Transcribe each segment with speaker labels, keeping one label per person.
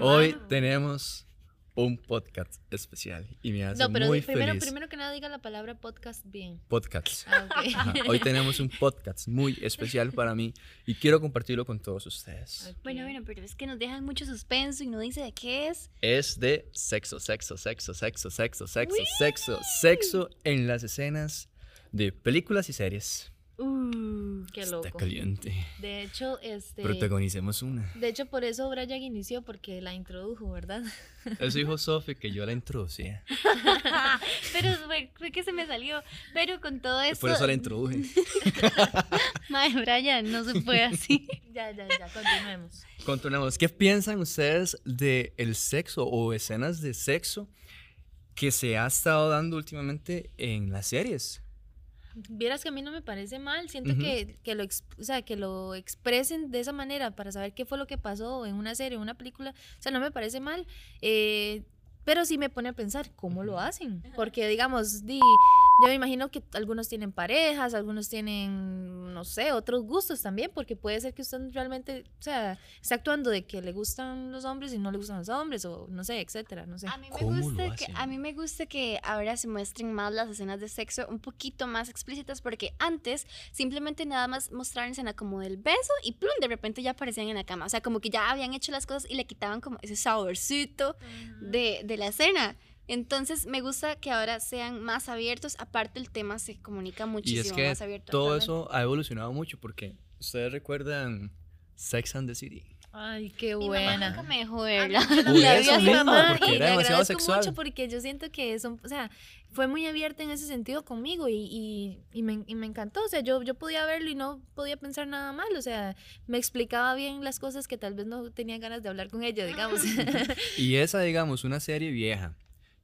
Speaker 1: Hoy tenemos un podcast especial y me hace
Speaker 2: No, pero
Speaker 1: muy
Speaker 2: di- primero,
Speaker 1: feliz.
Speaker 2: primero que nada diga la palabra podcast bien.
Speaker 1: Podcast.
Speaker 2: Ah, ok.
Speaker 1: Ajá, Hoy tenemos un podcast muy especial para mí y quiero compartirlo con todos ustedes.
Speaker 2: Ok.
Speaker 3: Bueno, bueno, pero es que nos dejan mucho suspenso y no dice de qué es.
Speaker 1: Es de sexo, sexo, sexo, sexo, sexo, sexo, sexo, sexo en las escenas de películas y series.
Speaker 3: Uh,
Speaker 2: Qué
Speaker 1: Está
Speaker 2: loco.
Speaker 1: caliente.
Speaker 2: De hecho, este.
Speaker 1: Protagonicemos una.
Speaker 2: De hecho, por eso Brian inició, porque la introdujo, ¿verdad?
Speaker 1: Eso dijo Sofi que yo la introducía.
Speaker 3: pero fue, fue que se me salió. Pero con todo eso.
Speaker 1: Por eso la introduje.
Speaker 3: Madre, Brian, no se puede así.
Speaker 2: ya, ya, ya, continuemos.
Speaker 1: Continuamos. ¿Qué piensan ustedes de el sexo o escenas de sexo que se ha estado dando últimamente en las series?
Speaker 2: Vieras que a mí no me parece mal, siento
Speaker 1: Ujú.
Speaker 2: que, que lo, ex- o sea, que lo expresen de esa manera para saber qué fue lo que pasó en una serie, en una película, o sea, no me parece mal, eh, pero sí me pone a pensar cómo lo hacen, porque digamos, di, yo me imagino que algunos tienen parejas, algunos tienen, no sé, otros gustos también, porque puede ser que usted realmente, o sea, está actuando de que le gustan los hombres y no le gustan los hombres, o no sé, etcétera, no sé.
Speaker 3: A mí, me
Speaker 1: ¿Cómo lo
Speaker 3: gusta que,
Speaker 1: hacen?
Speaker 3: a mí me gusta que ahora se muestren más las escenas de sexo un poquito más explícitas porque antes simplemente nada más mostraron escena como del beso y plum, de repente ya aparecían en la cama. O sea, como que ya habían hecho las cosas y le quitaban como ese saborcito de, de la escena. Entonces me gusta que ahora sean más abiertos. Aparte el tema se comunica
Speaker 1: Y
Speaker 3: muchísimo
Speaker 1: es que
Speaker 3: más abierto.
Speaker 1: todo
Speaker 3: actualmente.
Speaker 1: eso ha evolucionado mucho porque ustedes recuerdan Sex and the City.
Speaker 2: Ay, qué
Speaker 3: Mi mamá
Speaker 2: buena.
Speaker 3: nunca me dejó verla.
Speaker 2: Ah, no,
Speaker 1: Por
Speaker 2: la
Speaker 1: eso
Speaker 2: vi a mi
Speaker 1: mismo,
Speaker 2: mamá
Speaker 1: porque
Speaker 2: y
Speaker 1: era
Speaker 2: le
Speaker 1: demasiado
Speaker 2: agradezco
Speaker 1: sexual.
Speaker 2: mucho porque yo siento que son, o sea, fue muy abierta en ese sentido conmigo y, y, y me, y me encantó, o sea, yo, yo podía verlo y no podía pensar nada mal, o sea, me explicaba bien las cosas que tal vez no tenía ganas de hablar con
Speaker 1: Ah.
Speaker 2: ella, digamos.
Speaker 1: Y esa, digamos, una serie vieja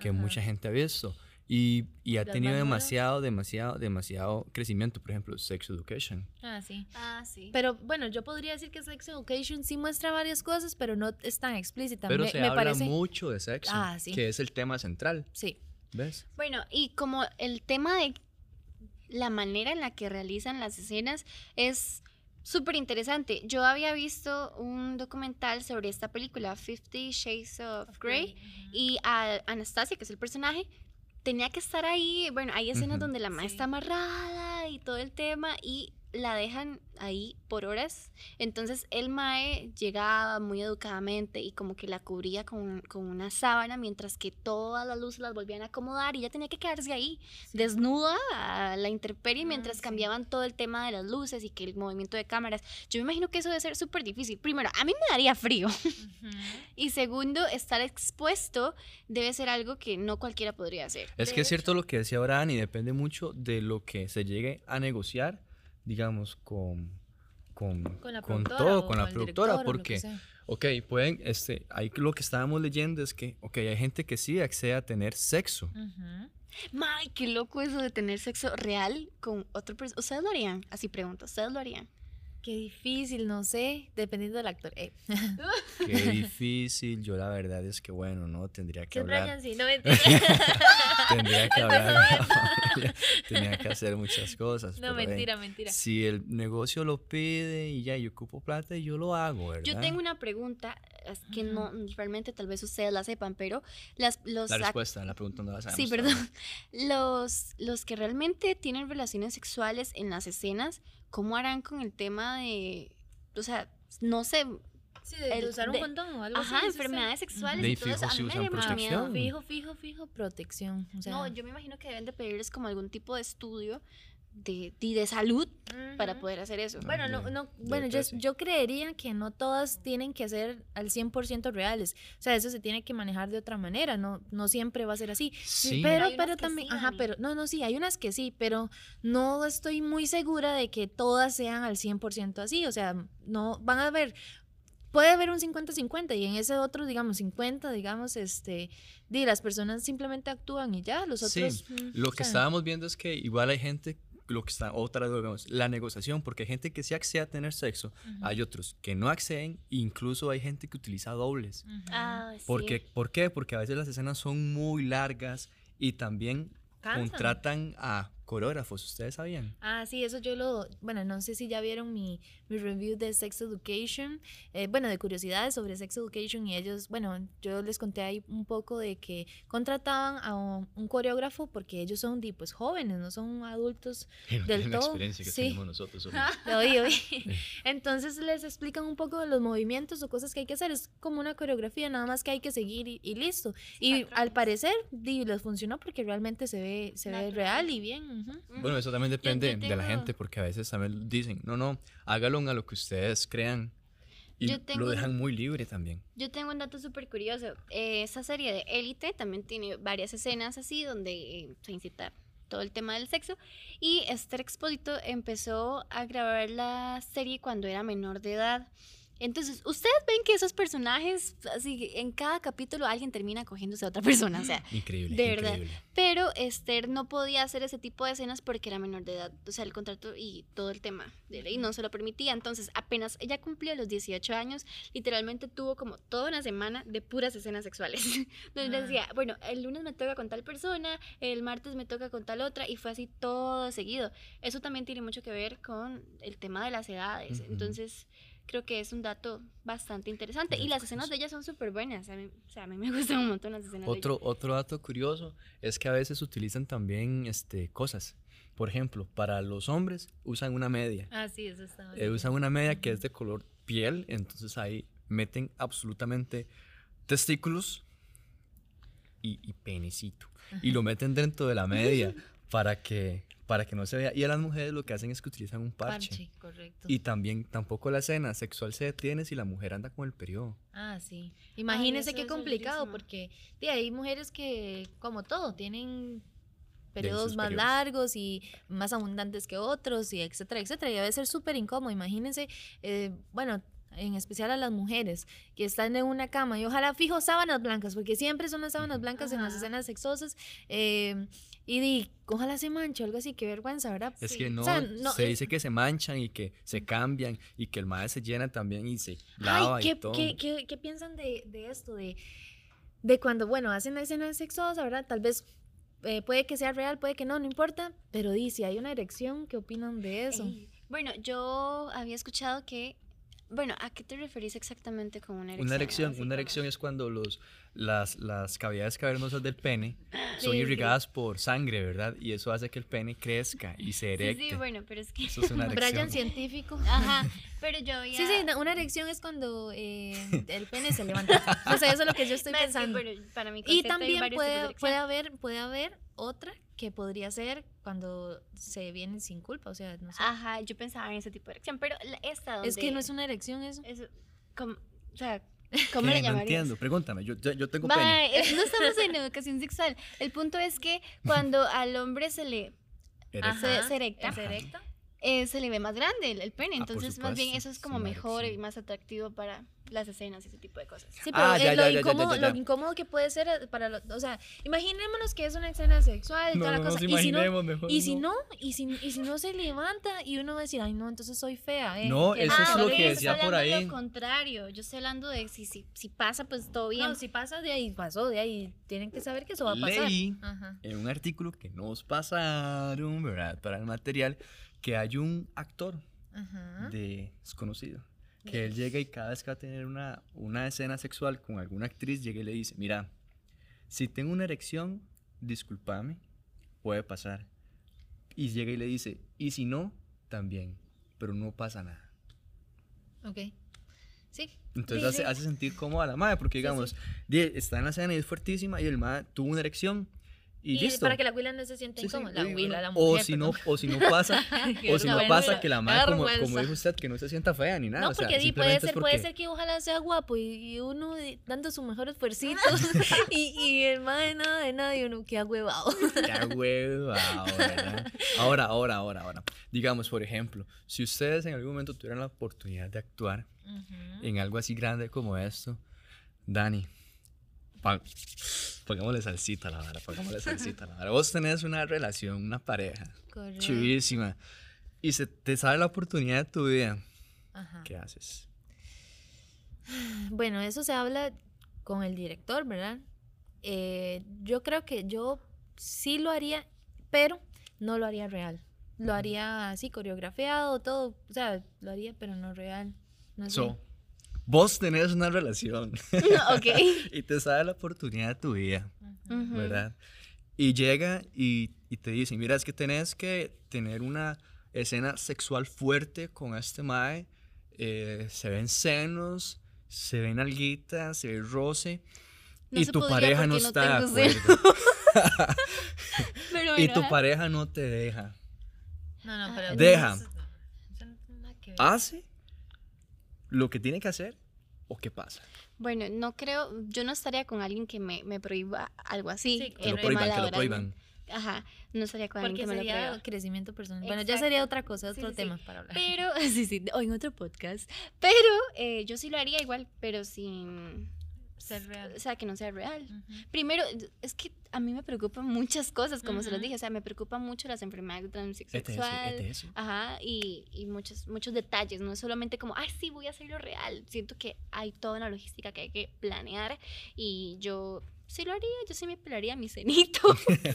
Speaker 1: que
Speaker 2: Ajá.
Speaker 1: mucha gente ha visto y, y ha
Speaker 2: Las
Speaker 1: tenido
Speaker 2: más nuevas.
Speaker 1: demasiado, demasiado, demasiado crecimiento. Por ejemplo, Sex Education.
Speaker 2: ah, sí.
Speaker 3: Ah, sí.
Speaker 2: Pero bueno, yo podría decir que Sex Education sí muestra varias cosas, pero no es tan explícita.
Speaker 1: Pero
Speaker 2: me,
Speaker 1: se
Speaker 2: me
Speaker 1: habla
Speaker 2: parece...
Speaker 1: mucho de sexo,
Speaker 2: Ah, sí.
Speaker 1: que es el tema central,
Speaker 2: Sí.
Speaker 1: ¿ves?
Speaker 3: Bueno, y como el tema de la manera en la que realizan las escenas es súper interesante. Yo había visto un documental sobre esta película, Fifty Shades of Grey, y a Anastasia, que es el personaje, tenía que estar ahí. Bueno, hay escenas
Speaker 1: Ujú.
Speaker 3: donde la madre
Speaker 2: Sí.
Speaker 3: está amarrada y todo el tema y la dejan ahí por horas. Entonces el mae llegaba muy educadamente y como que la cubría con, con una sábana mientras que todas las luces las volvían a acomodar y ella tenía que quedarse ahí desnuda a la intemperie
Speaker 2: Ah,
Speaker 3: mientras
Speaker 2: sí.
Speaker 3: cambiaban todo el tema de las luces y que el movimiento de cámaras. Yo me imagino que eso debe ser súper difícil. Primero, a mí me daría frío. Y segundo, estar expuesto debe ser algo que no cualquiera podría hacer.
Speaker 1: Es
Speaker 2: De
Speaker 1: que es cierto lo que decía Abraham y depende mucho de lo que se llegue a negociar, digamos, con, con,
Speaker 2: Con la
Speaker 1: con
Speaker 2: productora.
Speaker 1: todo,
Speaker 2: o
Speaker 1: con la
Speaker 2: el
Speaker 1: productora,
Speaker 2: director o lo que
Speaker 1: porque,
Speaker 2: sea.
Speaker 1: ok, pueden, este, ahí lo que estábamos leyendo es que, ok, hay gente que sí accede a tener sexo.
Speaker 2: Ujú.
Speaker 3: May, qué loco eso de tener sexo real con otra persona. ¿Ustedes lo harían? Así pregunto, ¿ustedes lo harían?
Speaker 2: Qué difícil, no sé, dependiendo del actor. Eh.
Speaker 1: Qué difícil, yo la verdad es que, bueno, no, tendría que
Speaker 2: Que
Speaker 1: hablar,
Speaker 2: Brian sí, no me
Speaker 1: tendría que hablar, tenía que hacer muchas cosas.
Speaker 2: No,
Speaker 1: pero, eh,
Speaker 2: mentira, mentira.
Speaker 1: Si el negocio lo pide y ya, yo ocupo plata y yo lo hago, ¿verdad?
Speaker 3: Yo tengo una pregunta es que no, realmente tal vez ustedes la sepan, pero las, los
Speaker 1: La
Speaker 3: ac-
Speaker 1: respuesta, la pregunta no la sabemos.
Speaker 3: Sí, perdón. Los, los que realmente tienen relaciones sexuales en las escenas, ¿cómo harán con el tema de, o sea, no sé,
Speaker 2: Sí, de, de
Speaker 3: el-
Speaker 2: usar un
Speaker 3: de-
Speaker 2: condón o algo así.
Speaker 3: ajá,
Speaker 2: eso sí.
Speaker 3: enfermedades sexuales
Speaker 1: De
Speaker 3: y todo eso.
Speaker 1: fijo
Speaker 3: A
Speaker 1: sí
Speaker 3: mí me
Speaker 1: usan
Speaker 3: daría mucho
Speaker 2: Ah,
Speaker 3: miedo.
Speaker 1: protección.
Speaker 2: Fijo, fijo, fijo, protección. O sea,
Speaker 3: No, yo me imagino que deben de pedirles como algún tipo de estudio de, de, de salud
Speaker 2: ujú.
Speaker 3: para poder hacer eso.
Speaker 1: No.
Speaker 2: Bueno, no,
Speaker 1: de-
Speaker 2: no,
Speaker 1: de
Speaker 2: bueno yo,
Speaker 1: EPS.
Speaker 2: yo creería que no todas tienen que ser al 100% reales. O sea, eso se tiene que manejar de otra manera. No, no siempre va a ser así.
Speaker 1: Sí.
Speaker 2: Pero,
Speaker 3: Hay unas
Speaker 2: pero
Speaker 3: que
Speaker 2: también,
Speaker 3: sí,
Speaker 2: ajá,
Speaker 3: Dani.
Speaker 2: pero, no, no, sí, hay unas que sí, pero no estoy muy segura de que todas sean al 100% así, o sea, no, van a ver, puede haber un 50-50 y en ese otro, digamos, 50, digamos, este, di, las personas simplemente actúan y ya, los
Speaker 1: Sí,
Speaker 2: otros... mm,
Speaker 1: Lo
Speaker 2: o
Speaker 1: que
Speaker 2: sea,
Speaker 1: estábamos viendo es que igual hay gente, lo que está, otra vez volvemos, la negociación, porque hay gente que sí accede a tener sexo,
Speaker 2: ujú,
Speaker 1: hay otros que no acceden, incluso hay gente que utiliza dobles.
Speaker 2: ujú.
Speaker 3: Ah, sí.
Speaker 1: Porque, ¿Por qué? Porque a veces las escenas son muy largas y también
Speaker 2: Cansan.
Speaker 1: contratan a coreógrafos, ¿ustedes sabían?
Speaker 2: Ah, sí, eso yo lo, bueno, no sé si ya vieron mi, mi review de Sex Education, eh, bueno, de curiosidades sobre Sex Education y ellos, bueno, yo les conté ahí un poco de que contrataban a un, un coreógrafo porque ellos son di, pues jóvenes, no son adultos
Speaker 4: Que no
Speaker 2: Del
Speaker 4: tienen la
Speaker 2: todo,
Speaker 4: experiencia que
Speaker 2: sí.
Speaker 4: tenemos nosotros. hombre.
Speaker 2: lo oí, oí. Entonces les explican un poco de los movimientos o cosas que hay que hacer. Es como una coreografía, nada más que hay que seguir y, y listo. Y
Speaker 3: patrones.
Speaker 2: al parecer di, les funcionó porque realmente se ve, se ve
Speaker 3: Natural.
Speaker 2: real y bien. ujú.
Speaker 1: Bueno, eso también depende de la
Speaker 3: tengo-
Speaker 1: gente, porque a veces también dicen, no, no, hágalo a lo que ustedes crean. Y
Speaker 3: Yo tengo
Speaker 1: lo
Speaker 3: un-
Speaker 1: dejan muy libre también.
Speaker 3: Yo tengo un dato súper curioso. Eh, esa serie de Élite también tiene varias escenas así donde eh, se incita todo el tema del sexo. Y Esther Expósito empezó a grabar la serie cuando era menor de edad. Entonces, ustedes ven que esos personajes, así en cada capítulo alguien termina cogiéndose a otra persona. O sea,
Speaker 1: Increíble.
Speaker 3: De verdad.
Speaker 1: increíble.
Speaker 3: pero Esther no podía hacer ese tipo de escenas porque era menor de edad. O sea, el contrato y todo el tema de ley no se lo permitía. Entonces, apenas ella cumplió los 18 años, literalmente tuvo como toda una semana de puras escenas sexuales. Donde
Speaker 2: Ah.
Speaker 3: decía, bueno, el lunes me toca con tal persona, el martes me toca con tal otra, y fue así todo seguido. Eso también tiene mucho que ver con el tema de las edades.
Speaker 1: Ujú.
Speaker 3: Entonces. Creo que es un dato bastante interesante.
Speaker 1: Mira,
Speaker 3: Y las
Speaker 1: pues,
Speaker 3: escenas de ella son súper buenas. A mí, o sea, a mí me gustan un montón las escenas de ella.
Speaker 1: Otro, otro dato curioso es que a veces utilizan también este, cosas. Por ejemplo, para los hombres usan una media.
Speaker 2: Ah, sí, eso está
Speaker 1: Eh,
Speaker 2: bonito.
Speaker 1: usan una media que es de color piel, entonces ahí meten absolutamente testículos y, y penecito. Y lo meten dentro de la media para que, para que no se vea. Y a las mujeres lo que hacen es que utilizan un parche.
Speaker 2: Parche, correcto.
Speaker 1: Y también tampoco la escena sexual se detiene si la mujer anda con el periodo.
Speaker 2: Ah, sí. Imagínense
Speaker 3: eso
Speaker 2: qué
Speaker 3: es
Speaker 2: complicado,
Speaker 3: durísimo.
Speaker 2: porque di, hay mujeres que, como todo, tienen periodos
Speaker 1: sus
Speaker 2: más
Speaker 1: periodos.
Speaker 2: largos y más abundantes que otros, y etcétera, etcétera. Y debe ser súper incómodo. Imagínense, eh, bueno, en especial a las mujeres que están en una cama, y ojalá fijo sábanas blancas, porque siempre son las sábanas
Speaker 1: Ujú.
Speaker 2: blancas en las
Speaker 3: Ajá.
Speaker 2: escenas sexosas. eh, y di, ojalá se manche o algo así, qué vergüenza, ¿verdad?
Speaker 1: Es
Speaker 3: Sí.
Speaker 1: que no,
Speaker 2: O sea, no,
Speaker 1: se
Speaker 2: eh.
Speaker 1: dice que se manchan y que se cambian y que el madre se llena también y se lava
Speaker 2: Ay, ¿qué,
Speaker 1: y todo.
Speaker 2: qué- qué- qué piensan de, de esto? De, de cuando, bueno, hacen la escena sexosa, ¿verdad? Tal vez eh, puede que sea real, puede que no, no importa, pero dice, hay una erección, ¿qué opinan de eso?
Speaker 3: Ey, Bueno, yo había escuchado que. Bueno, ¿a qué te referís exactamente con una erección?
Speaker 1: Una erección,
Speaker 3: Así
Speaker 1: una
Speaker 3: como-
Speaker 1: erección es cuando los, las, las cavidades cavernosas del pene son
Speaker 2: Sí, sí.
Speaker 1: irrigadas por sangre, ¿verdad? Y eso hace que el pene crezca y se
Speaker 3: Sí,
Speaker 1: erecte.
Speaker 3: sí, bueno, pero es que.
Speaker 1: Eso es una
Speaker 2: Brian
Speaker 1: erección.
Speaker 2: científico.
Speaker 3: Ajá, pero yo había.
Speaker 2: Sí, sí, no, una erección es cuando eh, el pene se levanta. o sea, eso es lo que yo estoy
Speaker 3: No, es que,
Speaker 2: pensando.
Speaker 3: bueno, para mi
Speaker 2: Y
Speaker 3: concepto hay
Speaker 2: también
Speaker 3: varios tipos de
Speaker 2: puede,
Speaker 3: erección.
Speaker 2: puede, haber, puede haber otra que podría ser cuando se vienen sin culpa, o sea, no sé.
Speaker 3: Ajá, yo pensaba en ese tipo de erección, pero la- esta Ah, donde.
Speaker 2: es que no es una erección eso.
Speaker 3: es- como- o sea, ¿cómo
Speaker 1: ¿Qué?
Speaker 3: le
Speaker 1: no
Speaker 3: llamarías?
Speaker 1: entiendo, pregúntame, yo, yo- yo tengo
Speaker 3: Bye,
Speaker 1: pene.
Speaker 3: es- no estamos en educación sexual. El punto es que cuando al hombre se le,
Speaker 1: Erecta.
Speaker 3: se- se erecta,
Speaker 2: ¿Es erecta?
Speaker 3: eh, se le ve más grande el, el pene.
Speaker 1: Ah, por
Speaker 3: Entonces, más bien
Speaker 1: supuesto,
Speaker 3: eso es
Speaker 1: es
Speaker 3: como
Speaker 1: una
Speaker 3: mejor y
Speaker 1: erección.
Speaker 3: más atractivo para las escenas y ese tipo de cosas.
Speaker 2: Sí, pero
Speaker 1: Ah, ya,
Speaker 2: eh, lo,
Speaker 1: ya, ya, ya,
Speaker 2: incómodo,
Speaker 1: ya, ya.
Speaker 2: lo incómodo que puede ser eh, para los... O sea, imaginémonos que es una escena sexual y toda la cosa. y si no,
Speaker 1: mejor
Speaker 2: y si no, y si, y si no se levanta y uno va a decir, ay no, entonces soy fea. eh,
Speaker 1: No,
Speaker 2: que
Speaker 1: eso
Speaker 2: no
Speaker 1: es
Speaker 2: sé
Speaker 3: Ah,
Speaker 1: lo
Speaker 2: qué".
Speaker 3: ok,
Speaker 1: que
Speaker 3: yo
Speaker 1: decía
Speaker 3: estoy
Speaker 1: por
Speaker 3: hablando
Speaker 1: ahí.
Speaker 3: Lo contrario, yo estoy hablando de si, si, si pasa, pues todo bien.
Speaker 2: No, si pasa de ahí, pasó de ahí. Tienen que saber que eso va a pasar.
Speaker 1: Leí.
Speaker 2: Ajá.
Speaker 1: en un artículo que nos pasaron, ¿verdad? Para el material, que hay un actor
Speaker 2: Ajá.
Speaker 1: de desconocido. Que él llega y cada vez que va a tener una, una escena sexual con alguna actriz, llega y le dice, mira, si tengo una erección, discúlpame, puede pasar. Y llega y le dice, y si no, también, pero no pasa nada.
Speaker 2: Ok. Sí.
Speaker 1: Entonces
Speaker 2: Sí,
Speaker 1: hace,
Speaker 2: sí.
Speaker 1: hace sentir cómoda a la madre, porque
Speaker 2: Sí, sí.
Speaker 1: digamos, di- está en la escena y es fuertísima y el madre tuvo una erección y,
Speaker 2: Y,
Speaker 1: listo.
Speaker 2: para que la huila no se sienta
Speaker 1: Sí, sí,
Speaker 2: incómoda. La
Speaker 1: uy,
Speaker 2: huila,
Speaker 1: bueno,
Speaker 2: la mujer.
Speaker 1: o si no
Speaker 2: perdón.
Speaker 1: o si no pasa
Speaker 2: Qué
Speaker 1: o si no
Speaker 2: vergüenza.
Speaker 1: pasa que la madre
Speaker 2: Qué
Speaker 1: como, como
Speaker 2: vergüenza.
Speaker 1: dijo usted que no se sienta fea ni nada
Speaker 2: No,
Speaker 1: o sea,
Speaker 2: porque di, puede
Speaker 1: simplemente es
Speaker 2: ser, puede
Speaker 1: porque-
Speaker 2: ser que ojalá sea guapo y, y uno de- dando su mejor esfuercito y, y el más de nada de nadie, uno que ha huevado.
Speaker 1: Ya, huevo, ahora, ahora, ahora, ahora, ahora. Digamos, por ejemplo, si ustedes en algún momento tuvieran la oportunidad de actuar en algo así grande como esto, Dani, pa- pongámosle salsita a la vara, pongámosle salsita a la vara. Vos tenés una relación, una pareja,
Speaker 2: Correcto.
Speaker 1: chivísima, y se te sale la oportunidad de tu vida,
Speaker 2: Ajá.
Speaker 1: ¿qué haces?
Speaker 2: Bueno, eso se habla con el director, ¿verdad? Eh, yo creo que yo sí lo haría, pero no lo haría real. Lo haría así, coreografiado, todo. O sea, lo haría, pero no real. No sé.
Speaker 1: So, vos tenés una relación
Speaker 3: ok.
Speaker 1: y te sale la oportunidad de tu vida,
Speaker 2: Ujú.
Speaker 3: Ujú.
Speaker 1: ¿verdad? Y llega y, y te dicen, mira, es que tenés que tener una escena sexual fuerte con este mae. eh, se ven senos, se ven alguitas, se ve roce.
Speaker 3: No
Speaker 1: y
Speaker 3: se
Speaker 1: tu
Speaker 3: podría
Speaker 1: pareja no
Speaker 3: porque no
Speaker 1: está
Speaker 3: tengo
Speaker 1: de
Speaker 3: senos.
Speaker 1: acuerdo.
Speaker 3: Pero
Speaker 1: y
Speaker 3: bueno,
Speaker 1: tu
Speaker 3: ajá.
Speaker 1: pareja no te deja.
Speaker 4: No, no,
Speaker 2: Ah,
Speaker 4: pero.
Speaker 1: Deja.
Speaker 4: eso no, eso no tiene nada que ver.
Speaker 1: ¿Hace lo que tiene que hacer o qué pasa?
Speaker 3: Bueno, no creo, yo no estaría con alguien que me, me prohíba algo así.
Speaker 4: Sí,
Speaker 1: Que
Speaker 4: En
Speaker 1: lo
Speaker 3: el tema
Speaker 1: prohíban, que lo
Speaker 3: laboral.
Speaker 1: prohíban.
Speaker 3: Ajá, no estaría con alguien que
Speaker 2: Porque
Speaker 3: me lo
Speaker 2: sería
Speaker 3: prohíba.
Speaker 2: crecimiento personal. Bueno, ya
Speaker 3: Exacto.
Speaker 2: sería otra cosa,
Speaker 3: Sí,
Speaker 2: otro
Speaker 3: sí, sí.
Speaker 2: tema para hablar.
Speaker 3: Pero, sí, sí, o en otro podcast. Pero eh, yo sí lo haría igual, pero sin.
Speaker 4: Ser real.
Speaker 3: O sea, que no sea real.
Speaker 4: Ujú.
Speaker 3: Primero, es que a mí me preocupan muchas cosas, como se los
Speaker 4: Ujú.
Speaker 3: dije. O sea, me preocupan mucho las enfermedades de transmisión
Speaker 1: ETS,
Speaker 3: sexual.
Speaker 1: ETS.
Speaker 3: Ajá, y, y muchos, muchos detalles, no es solamente como, ay, sí, voy a hacerlo real. Siento que hay toda una logística que hay que planear y yo sí lo haría, yo sí me pelaría mi cenito.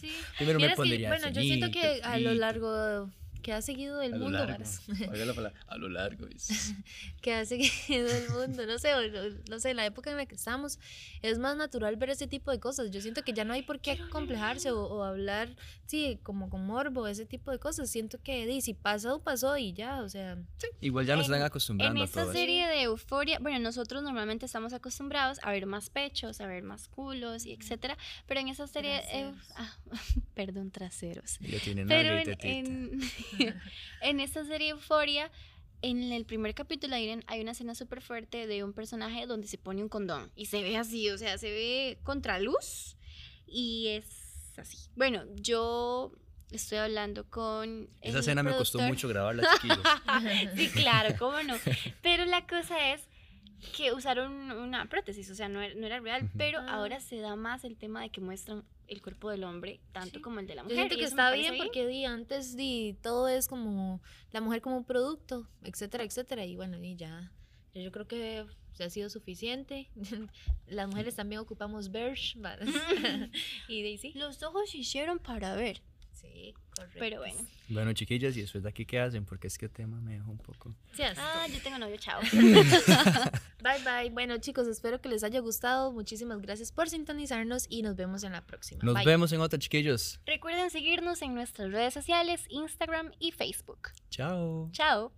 Speaker 2: Sí.
Speaker 1: Primero me
Speaker 2: Vieras que-
Speaker 1: pondría
Speaker 2: bueno, yo siento
Speaker 1: ceñito,
Speaker 2: que a lo
Speaker 1: pito,
Speaker 2: largo que ha seguido el
Speaker 1: a lo
Speaker 2: mundo,
Speaker 1: largo.
Speaker 2: varas,
Speaker 1: Oiga la palabra, a lo largo. es-
Speaker 2: que ha seguido el mundo, no sé, o- o- no sé, la época en la que estamos, es más natural ver ese tipo de cosas. Yo siento que ya no hay por qué complejarse o, o hablar, sí, como con morbo, ese tipo de cosas. Siento que di, si pasó, pasó y ya, o sea,
Speaker 1: Igual ya nos
Speaker 3: En-
Speaker 1: están
Speaker 3: en
Speaker 1: acostumbrando a
Speaker 3: esta
Speaker 1: todo eso.
Speaker 3: serie de euforia, bueno, nosotros normalmente estamos acostumbrados a ver más pechos, a ver más culos y etcétera, pero en esa serie, eu-
Speaker 4: Traseros.
Speaker 3: ah, perdón, traseros.
Speaker 1: Ya tienen
Speaker 3: Pero
Speaker 1: hambre y
Speaker 3: en,
Speaker 1: tetita.
Speaker 3: en- en esta serie Euforia, en el primer capítulo hay una, hay una escena súper fuerte de un personaje donde se pone un condón y se ve así, o sea, se ve contraluz y es así. Bueno, yo estoy hablando con.
Speaker 1: Esa
Speaker 3: el
Speaker 1: escena me costó
Speaker 3: productor.
Speaker 1: mucho grabarla, chiquillos.
Speaker 2: Ah,
Speaker 3: sí, claro, cómo no. Pero la cosa es que usaron una prótesis, o sea, no era, no era real,
Speaker 1: Ujú.
Speaker 3: pero
Speaker 2: Ah.
Speaker 3: ahora se da más el tema de que muestran el cuerpo del hombre tanto
Speaker 2: Sí.
Speaker 3: como el de la
Speaker 2: Yo
Speaker 3: mujer.
Speaker 2: siento
Speaker 3: y
Speaker 2: que
Speaker 3: eso me
Speaker 2: está
Speaker 3: parece
Speaker 2: bien porque di, antes di, todo es como la mujer como un producto, etcétera, etcétera. Y bueno, y ya, ya yo creo que se ha sido suficiente. Las mujeres también ocupamos Bersh varas. y Daisy.
Speaker 3: Los ojos se hicieron para ver.
Speaker 2: Sí, correcto.
Speaker 3: Pero bueno.
Speaker 1: Bueno, chiquillas, y después de aquí, ¿qué hacen? Porque es que el tema me dejó un poco.
Speaker 2: Sí, así.
Speaker 3: Ah, yo tengo novio, chao.
Speaker 2: Bye bye. Bueno, chicos, espero que les haya gustado. Muchísimas gracias por sintonizarnos y nos vemos en la próxima.
Speaker 1: Nos
Speaker 2: Bye.
Speaker 1: vemos en otra, chiquillos.
Speaker 3: Recuerden seguirnos en nuestras redes sociales, Instagram y Facebook.
Speaker 1: Chao.
Speaker 3: Chao.